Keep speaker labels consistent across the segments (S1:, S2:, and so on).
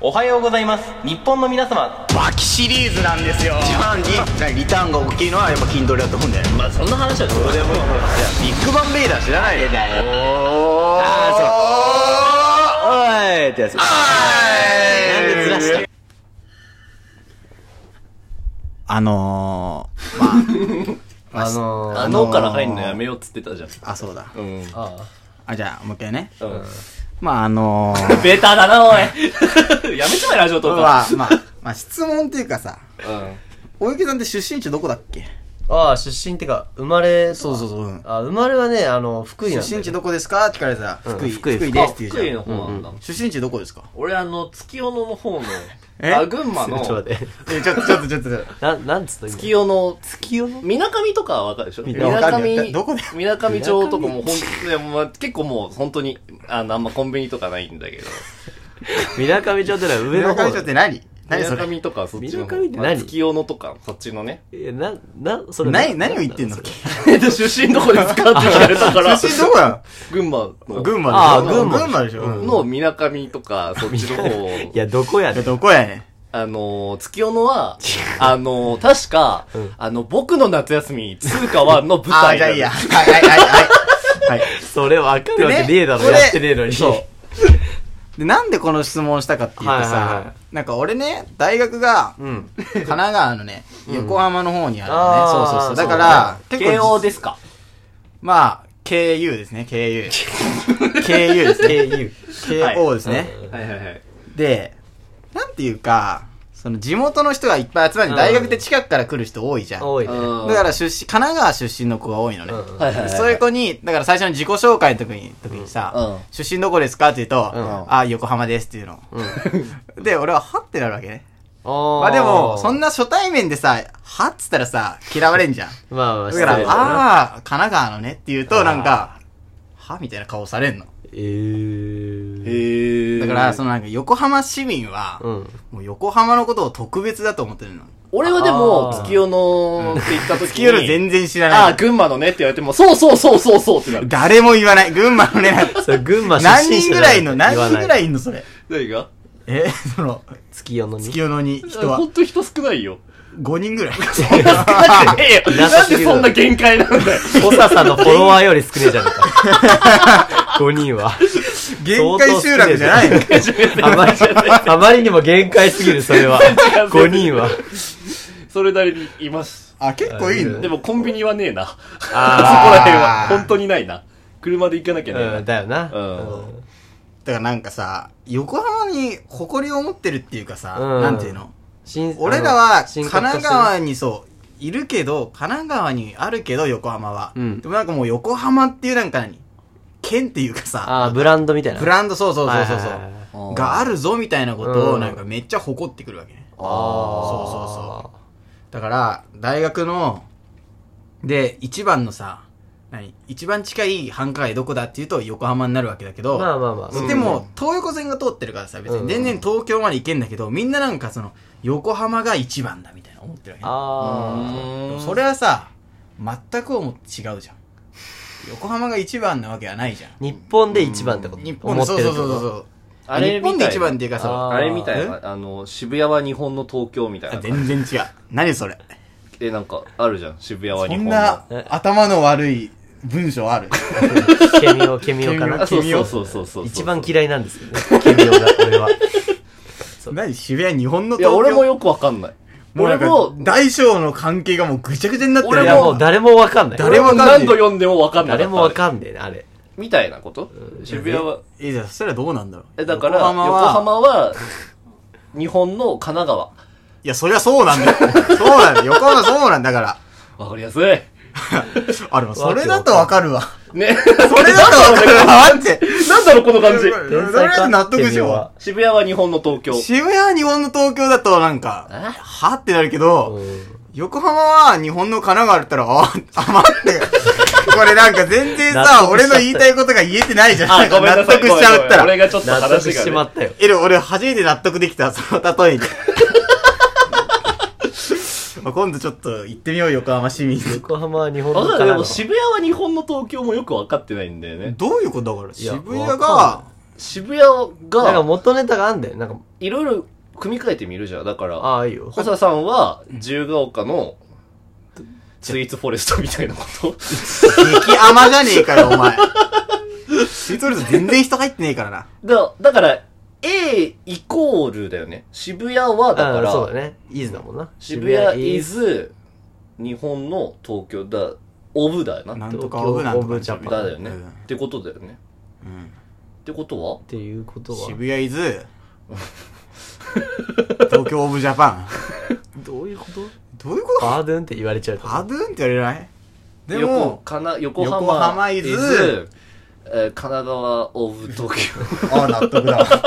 S1: おはようございます日本の皆様
S2: バキシリーズなんですよ
S3: 一番にリターンが大きいのはやっぱ筋トレだと思うんだよね
S1: まあそんな話はどうでもいい
S3: ビッグバンベイダー知らないよ
S1: だよ
S3: おー
S2: あ
S3: おーいってやつ
S2: ー
S3: なんでずらした
S2: あの
S4: あのー、
S1: あのから入んのやめようっつってたじゃん
S2: ー、あそうだ
S1: うん
S4: あ
S2: あじゃあもう一回ね
S1: うん
S2: まああのー
S1: ベタだ なおいやめちまえラジオと
S2: は
S1: か
S2: まあまあ質問っていうかさ
S1: うん
S2: お池さんって出身地どこだっけ
S4: ああ、出身ってか、生まれ、そう
S2: そうそううん
S4: あ、生まれはね、あの、福井なんだよ
S2: 出身地どこですかって聞かれたら
S4: ん
S2: 福井
S4: 福井
S2: 福井
S1: あ
S2: ですって
S1: 福
S2: 言うじ
S1: 井
S2: ゃ
S1: の
S2: ん
S1: 方なんだ
S2: 出身地どこですか
S1: 俺あの月夜野の方の
S2: え
S1: あ群馬
S4: ちょっと
S1: の
S4: 待って。
S2: えちょっとちょっとちょっとちょっと
S4: な、なんつった今
S1: 月夜野
S4: 月夜の
S1: みなかみとかはわかるでしょみ
S2: み
S1: な
S2: な
S1: か
S2: か
S1: み
S2: みどこだよ
S1: みなかみ町とかもほん、でもまあ結構もう本当に、あの、あんまコンビニとかないんだけど。
S4: みなかみ町ってのは上の
S2: 村上
S4: 方
S2: 町
S4: だ
S2: っ。て何何
S1: み
S2: そ
S1: なか
S2: れ
S1: みとかそっちの
S4: 水
S1: 方。
S4: 上って何
S1: まあ月夜野とか、そっちのね。
S4: いや、な、な、それ。
S2: 何何を言ってんの
S4: それ
S1: 出身どこ ですかって聞かれたから。
S2: 出身どこだ
S1: 群馬の。
S2: 群馬
S4: あ
S2: でしょ
S4: 群馬
S2: 群馬でしょうん
S1: のみなかみとか、そっちの方。
S4: いや、どこや
S2: いや
S4: ねん。
S2: どこやねん
S1: あのー、月夜野は、あのー、確か、あの、僕の夏休み、通貨はの舞
S2: ああ
S1: 台
S2: じゃ
S1: なの
S2: あいいやはいはいはいはいはい
S4: それわかるわけねえだろ、
S2: でね
S4: やってねえのに。
S2: そ で、なんでこの質問したかっていうとさ、
S4: はいはいは
S2: なんか俺ね、大学が、
S4: う。うん。
S2: 神奈川のね、横浜の方にある
S4: あ
S2: の
S4: ー
S2: ね。そうそうそう。だから、
S1: 慶応ですか
S2: まあ、KU ですね、KU。KU ですね。
S4: au。
S2: KO ですね。
S1: はいはいはい。
S2: で、なんていうか、その地元の人がいっぱい集まって、
S4: うん
S2: 大学って近くから来る人多いじゃん。
S4: 多いね。
S1: うん
S2: だから出身、神奈川出身の子が多いのね。
S4: うん
S1: はいはいはい。
S2: そういう子に、だから最初の自己紹介の時に、時にさ、
S1: うん
S2: 出身どこですかって言うと、
S4: ん
S2: あ、横浜ですっていうの。 で、俺は、はってなるわけね。
S4: あ
S2: まあでも、そん
S4: な、
S2: な初対面でさ、はっつったらさ、嫌われんじゃん。
S4: まあまあ、
S2: だから、
S4: 失礼だな。
S2: ああー、神奈川のねって言うと、なんか、はみたいな顔されんの。
S4: えー。
S1: へ
S2: だから、そのなんか、横浜市民は、
S4: うん。
S2: もう横浜のことを特別だと思ってるの。
S1: 俺はでも、
S4: あー
S1: 月夜野って言った時に。
S2: 月夜全然知ら
S1: あ
S2: な
S1: あ、
S2: い。
S1: 群馬のねって言われても、そうそうそうそうそうってなる。
S2: 誰も言わない。群馬のね、なんて
S4: それ、群馬出
S2: 何
S4: 身
S2: 人
S4: 者
S2: ぐ
S4: じゃ
S2: ら
S4: ない
S2: いの、何人ぐら
S4: い
S2: いいんの、それ。
S1: 何が
S2: え、その、
S4: 月夜のに。
S2: 月夜野に人は
S1: ほんと人少ない よ。
S2: 5人 ぐらい。
S1: なんで、ええよ
S4: な
S1: な
S4: さ
S1: ん
S4: すぎ
S1: で
S4: る
S1: そんな限界なんだよ。
S4: おささんのフォロワーより少ねえじゃねえか。5 人は。
S2: 限界集落じゃないの。
S4: あまり、あまりにも限界すぎる、それ は。5人は。
S1: それなりにいます。
S2: あ、結構いいの
S1: でもコンビニはねえな。そこ
S4: あ
S1: ら辺は、本当にないな。車で行かなきゃねえ
S4: ー
S1: な
S4: うん、。だよな。
S1: うん
S2: だからなんかさ、横浜に誇りを持ってるっていうかさ、
S4: うん
S2: なんていうの
S4: 新
S2: 俺らは
S4: 新
S2: 神
S4: 格化し
S2: 奈
S4: てる
S2: 川にそう、いるけど、神奈川にあるけど、横浜は。
S4: うん
S2: でもなんかもう横浜っていうなんか何県っていうかさ、
S4: ああ、ブランドみたいな。
S2: ブランドそうそうそうそうそ。
S4: はいはいはいはいう
S2: があるぞみたいなこと
S4: う
S2: を
S4: ん
S2: なんかめっちゃ誇ってくるわけね。
S4: ああ。
S2: そうそうだから、大学の、で、一番のさ、何一番近い繁華街どこだっていうと横浜になるわけだけど、
S4: まあまあまあ。
S2: でも、東横線が通ってるからさ、別
S4: うん
S2: に全然東京まで行けんだけど、みんななんかその、横浜が一番だみたいな思ってるわ
S4: あ
S2: けね。でもそれはさ、全く思って違うじゃん。横浜が一番なわけはないじゃん。
S4: あ。日本で一番ってこと
S2: 日本で、そうそうそうそう
S4: う。
S2: そう。
S1: あれ
S2: 日
S1: みたい
S2: 本で一番っていうか
S4: あ
S2: さ、
S4: ー
S1: あれみたいな、あの、渋谷は日本の東京みたい
S2: あ
S1: な。
S2: 全然違う。何それ。
S1: え、なんか、あるじゃん、渋谷は日
S2: こ
S1: 本
S2: ん
S1: の。
S2: な
S4: え
S2: 頭の悪い文章ある。
S4: ケミオ、ケミオかな
S1: あ、。そう
S2: 君
S1: そ
S2: を
S1: うそうそうそう。
S4: 一番嫌いなんですけどね。ケミオが、俺は。
S2: 何渋谷日本の
S1: いや、
S2: 東京
S1: 俺もよくわかんない。
S2: うな
S1: 俺
S2: んか
S1: も、
S2: 大小の関係がもうぐちゃぐちゃになってる
S4: い
S1: 俺
S4: や、もう誰もわかんない。
S2: 誰も
S1: 俺も何度読んでもわかんない。
S4: 誰もわかんねえな、あれ。
S1: みたいなこと渋谷は、
S2: え、じゃあそしたらどうなんだろう。
S1: え、だから、横浜は、日本の神奈川。
S2: いや、そりゃそうなんだよ。そうなんだよ。横浜そうなんだから。
S1: わかりやすい。
S2: あ、でもそれだとわか るわ。
S1: ね。
S2: それだとわかるわ。待って。
S1: なんだろ、この感じ。
S2: とりあえず納得しよう
S4: ケミオは
S1: 渋谷は日本の東京。
S2: 渋谷は日本の東京だとなんか、はってなるけど、
S4: うん
S2: 横浜は日本の神奈川だったら、あ、 あ、待って。これなんか全然
S4: 納得しちゃっ
S2: さ、
S4: た
S2: 俺の言いたいことが言えてないじゃん。
S1: あ、ごめんな
S2: 納
S1: さい。
S2: 得しちゃうった
S1: ごめんごめん俺
S2: ら。
S1: がちょっと
S4: 納得
S1: 話
S4: しち
S1: が
S4: ま
S1: ね。
S4: ったよ。
S2: える、俺初めて納得できた、その例えで。まあ今度ちょっと行ってみよう、横浜市民。
S4: 横浜は日本の
S1: わかる
S4: 神
S1: でも渋
S4: 奈川。
S1: 谷は日本の東京もよくわかってないんだよね。
S2: どういうことだから
S4: いや
S2: 渋
S4: わ
S2: 谷
S4: か
S2: が
S1: 渋谷
S4: なんか
S1: が、
S4: 元ネタがあんだよ。なんか、
S1: いろいろ組み替えてみるじゃん。だから、
S4: ああ、いいよ。
S1: 細田さんは、自由が丘の、スイーツフォレストみたいな こと
S2: 激甘じゃねえかよ、お前。シートルズ全然人入ってねえからな。
S1: だだから、A イコールだよね。渋谷は、だか
S4: ああそう
S1: ら、
S4: だね。イーズだもんな。
S1: 渋谷
S4: is
S1: is 日本の東京だ、オブだよな。
S2: なんとかオブなんとか
S4: 東京オブジャパ
S1: だよね。
S2: うん
S1: ってことだよね。
S2: うん
S1: ってことは
S4: っていうことは。
S2: 渋谷イズ、東京オブジャパン。
S4: どういうこと
S2: どういうこと
S4: バードゥンって言われちゃうか
S2: パドゥーンって言われないで
S1: 横
S2: も、
S1: かな横浜
S2: 横浜 is
S1: えー神奈川オブ東京。
S2: ああ、納得だわ。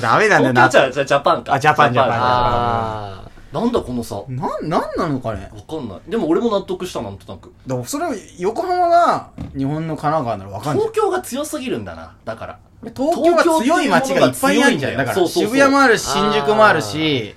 S2: ダメ なんだよ
S1: 東京
S2: な
S1: じ。ゃじゃジャパンか。
S2: あジャパンジャパン
S1: だ
S4: あ
S1: なんだこの差。わ
S2: なん、なんなのかね
S1: かんない。でも俺も納得した、なんとなく。
S2: だからそれは横浜が日本の神奈川ならわかんない。
S1: 東京が強すぎるんだな。だから。
S2: 東京は強い街がいっぱいあるじゃん。だか
S1: そ
S2: ら
S1: うそうそう
S2: 渋谷もあるし、新宿もあるし、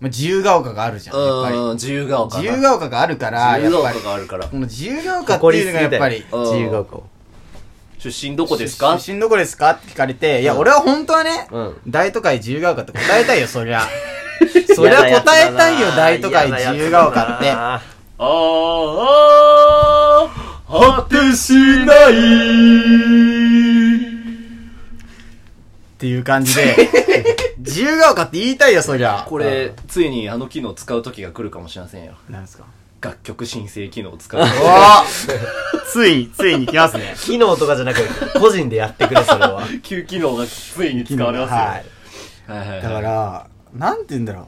S2: まあ、自由が丘があるじゃん。やっぱり。
S1: うん、自由が丘な。
S2: 自由が丘があるから、
S1: 自
S2: や
S1: 由が
S2: っぱり。
S1: 丘
S2: こ
S1: があるから。
S2: の自由が丘
S4: あ。
S2: っていうのがやっぱり、
S1: うん
S4: 自由が丘を。
S1: 出身どこですか
S2: 出身どこですかって聞かれて、いや、俺は本当はね、
S4: うん
S2: 大都会自由が丘って答えたいよ、そりゃ。そりゃ答えたいよ、大都会自由が丘って。
S1: ああ、果てしない。
S2: っていう感じで、自由が丘って言いたいよ、そりゃ。
S1: これ、ついにあの機能使う時が来るかもしれませんよ。
S2: うん、なんですか
S1: 楽曲申請機能を使う。
S2: おーついに、ついに来ますね。
S4: 機能とかじゃなく、個人でやってくれ、それは。
S1: 旧機能がついに使われますよ。
S2: はい。
S1: はいはいはい
S2: だから、なんて言うんだろう。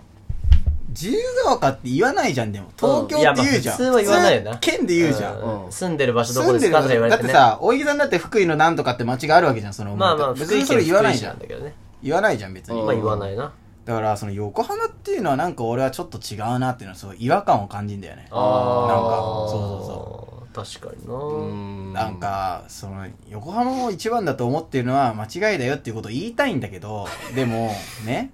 S2: 自由が丘って言わないじゃん、でも。東京って言うじゃん。
S4: いやまあ普通は言わないよな
S2: 普通県で言うじゃん。
S1: うん
S4: 住んでる場所どこ
S2: 住
S4: で
S2: んでする
S4: かとか言われ
S2: だってて
S4: ね。
S2: さ、大木さんだって福井のなんとかって町があるわけじゃん、その。
S4: まあまあ、
S2: 別
S4: 福井
S2: に
S4: 県
S2: それ言わない
S4: 福井
S2: じ
S4: 市
S2: ゃ
S4: なん
S2: ん。
S4: だけどね。
S2: 言わないじゃん、別に。
S1: うん
S4: まあ言わないな。
S2: だから、その横浜っていうのはなんか俺はちょっと違うなっていうのはすごい違和感を感じんだよね。
S4: あー
S2: なんかそう
S4: そうそう。確かに
S1: う
S4: な。
S1: ん
S2: なん、か、その、横浜を一番だと思ってるのは間違いだよっていうことを言いたいんだけど、でも、ね、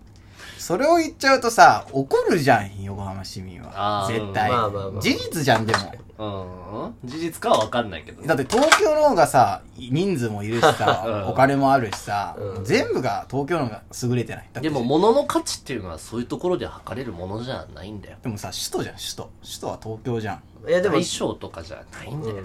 S2: それを言っちゃうとさ、怒るじゃん、横浜市民は
S1: あ。ー
S2: 絶対、
S4: まあまあまあ
S2: 事実じゃん、でも。
S1: うん。事実かはわかんないけどね。
S2: だって東京の方がさ、人数もいるしさ、
S1: うん
S2: お金もあるしさ、
S4: うん
S2: 全部が東京の方が優れてない。だって
S1: でも、物の価値っていうのはそういうところで測れるものじゃないんだよ。
S2: でもさ、首都じゃん、首都。首都は東京じゃん。
S4: いや、でも、
S1: 衣装とかじゃないんだよ。
S4: うん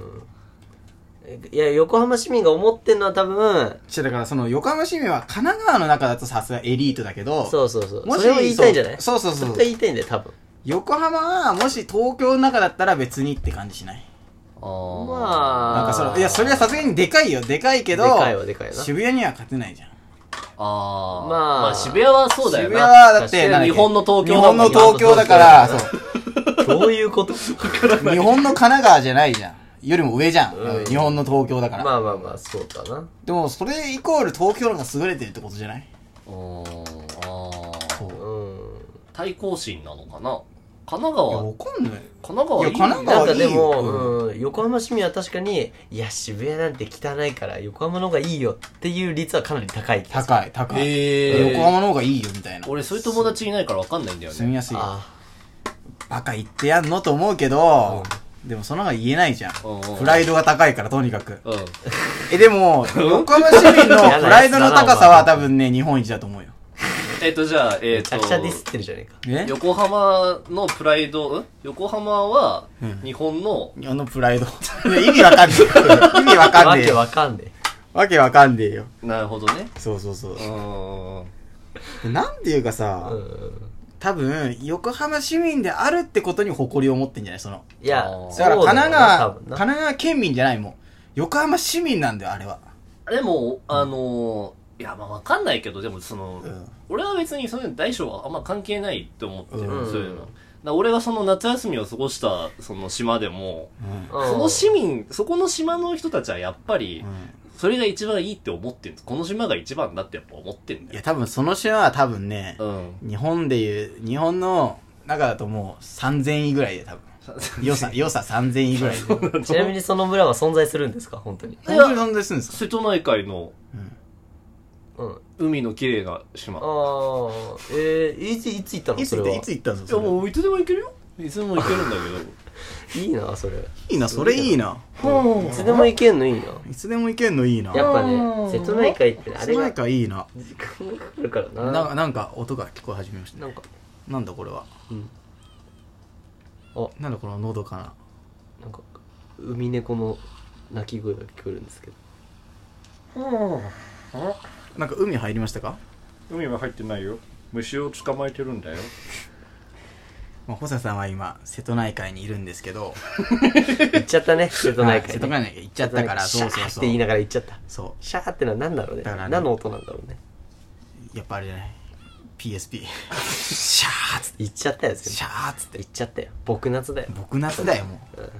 S4: いや、横浜市民が思ってんのは多分、
S2: ちょだからその横浜市民は神奈川の中だとさすがエリートだけど、
S4: そうそうそう。
S2: もし
S4: それを言いたいんじゃない
S2: そうそうそうそう
S4: れが言いたいんだよ、多分。
S2: 横浜はもし東京の中だったら別にって感じしない。
S1: あー
S4: まあ
S2: なんかそのいや、それはさすがにでかいよ、でかいけど、
S4: でかいはでかいな
S2: 渋谷には勝てないじゃん。
S1: あー
S4: ま
S1: ま
S4: あ
S1: あ、渋谷はそうだよ
S2: 渋
S1: な。
S2: 谷はだって
S1: 確か
S2: なんだっ
S1: に
S2: け
S1: 日本の東京
S2: 日本の東京だから、そう。
S4: どういうこと
S2: 日本の神奈川じゃないじゃん。よりも上じゃん。日本の東京だから。
S4: まあまあまあ、そうだな。
S2: でも、それイコール東京の方が優れてるってことじゃない
S1: おーあ
S2: そう
S1: ー
S4: うん。
S1: 対抗心なのかな神奈
S2: いや、
S1: 川
S2: わかんない。
S1: 神奈川いい
S2: いや神奈
S4: な
S2: 川
S4: んかでも、
S2: いいよ
S4: うん、横浜市民は確かに、いや、渋谷なんて汚いから、横浜の方がいいよっていう率はかなり高い気がする。
S2: 高い、高い。
S1: えー
S2: 横浜の方がいいよ、みたいな。
S1: 俺そういう友達いないから分かんないんだよ
S2: 住み
S1: ね。
S2: やすい。
S4: あ
S2: バカ言ってやんのと思うけど、でもその方が言えないじゃん。
S1: うんうん
S2: プライドが高いから、とにかく。
S1: うん。
S2: え、でも、横浜市民のプライドの高さは多分ね、日本一だと思うよ。
S1: えっと、じゃあ、え
S4: め
S1: っ
S4: ちゃくちゃディスっ
S1: と、
S4: てるじゃねえか。
S2: ね
S1: 横浜のプライド、ん横浜は日本の、
S2: 日本のプライド。いや、意味わかんねえ。意味わか
S4: わ
S2: んねえ
S4: け
S2: よ。
S4: わかんね
S2: わけわかんねえよ。
S1: なるほどね。
S2: そうそうそう
S1: う。ーん。
S2: なんていうか
S4: え。
S2: さ、
S4: うん。
S2: 多分、横浜市民であるってことに誇りを持ってんじゃないその。
S4: いや、
S1: あー
S2: だから神奈川、神
S4: そうだよな多分な
S2: 奈川県民じゃないもん。横浜市民なんだよ、あれは。
S1: でも、あのー、いや、まあ分かんないけど、でもその、
S2: うん
S1: 俺は別にそういうの大小はあんま関係ないと思ってる、
S2: うん
S1: そういうの。だから俺がその夏休みを過ごしたその島でも、
S4: うん
S1: その市民、そこの島の人たちはやっぱり、それが一番いいって思ってるんです。この島が一番だってやっぱ思ってんだ
S2: いや、
S1: よ。
S2: 多分その島は多分ね、
S1: うん。
S2: 日本でいう、日本の中だともう3000位ぐらいで多分。良 さ、良さ3000位ぐらいで。本
S4: ちなみにその村は存在するんですか本当に。
S2: 当に存在するんですか
S1: 瀬戸内海の
S4: うん。あ
S1: 海の綺麗な島。
S4: あ
S1: い
S4: ー、えー、いつ、いつ行ったの
S2: いつ
S4: それ
S2: 行っ
S4: は。
S2: たいつ行ったんです
S1: や、
S2: か
S1: もういつでも行けるよ。いつでも行けるんだけど。
S4: いいなそれ
S2: いいな、それいいな。
S4: いつでも行けんのいいない
S2: つでも行けんのいいな。
S4: やっぱね瀬戸内海ってあ
S2: 瀬
S4: れ
S2: 戸
S4: が
S2: 内海いいな。
S4: 時間がかかるからな
S2: ななんか音が聞こえ始めました
S4: な
S2: ね
S4: ん。か
S2: なんだこれは。
S4: うんあ
S2: なんだこののどかな。
S4: なんか海猫の鳴き声が聞こえるんですけど
S2: なんか海入りましたか
S1: 海は入ってないよ虫を捕まえてるんだよ
S2: まあ、補佐さんは今、瀬戸内海にいるんですけど、
S4: 行っちゃったね瀬戸内
S2: は
S4: 海
S2: い瀬戸内海行っちゃったから、そうそう
S4: シャーって
S2: そう
S4: 言い。ながら行っちゃった
S2: そ
S4: シャーってのは何だろうね
S2: だからね
S4: 何の音なんだろうね
S2: う。やっぱあれじゃない。PSP。シャーっつって、
S4: 行っちゃったや つ
S2: シャーっつって。
S4: 行っちゃったよ僕夏だよ
S2: 僕夏だよ、もう。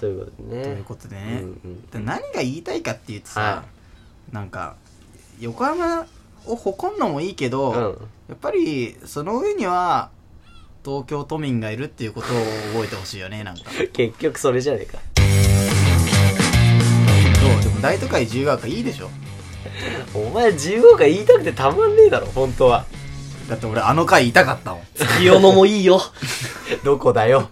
S4: ということでね
S2: ということでね、
S4: うん
S2: で何が言いたいかって言ってさ、
S4: は
S2: なんか横浜を誇るのもいいけど、
S4: うん
S2: やっぱりその上には東京都民がいるっていうことを覚えてほしいよねなんかど
S4: 結局それじゃねえか
S2: うでも大都会自由が丘いいでしょ
S4: お前自由が言いたくてたまんねえだろ本当は
S2: だって俺あの回いたかったもん
S1: 清野もいいよ
S4: どこだよ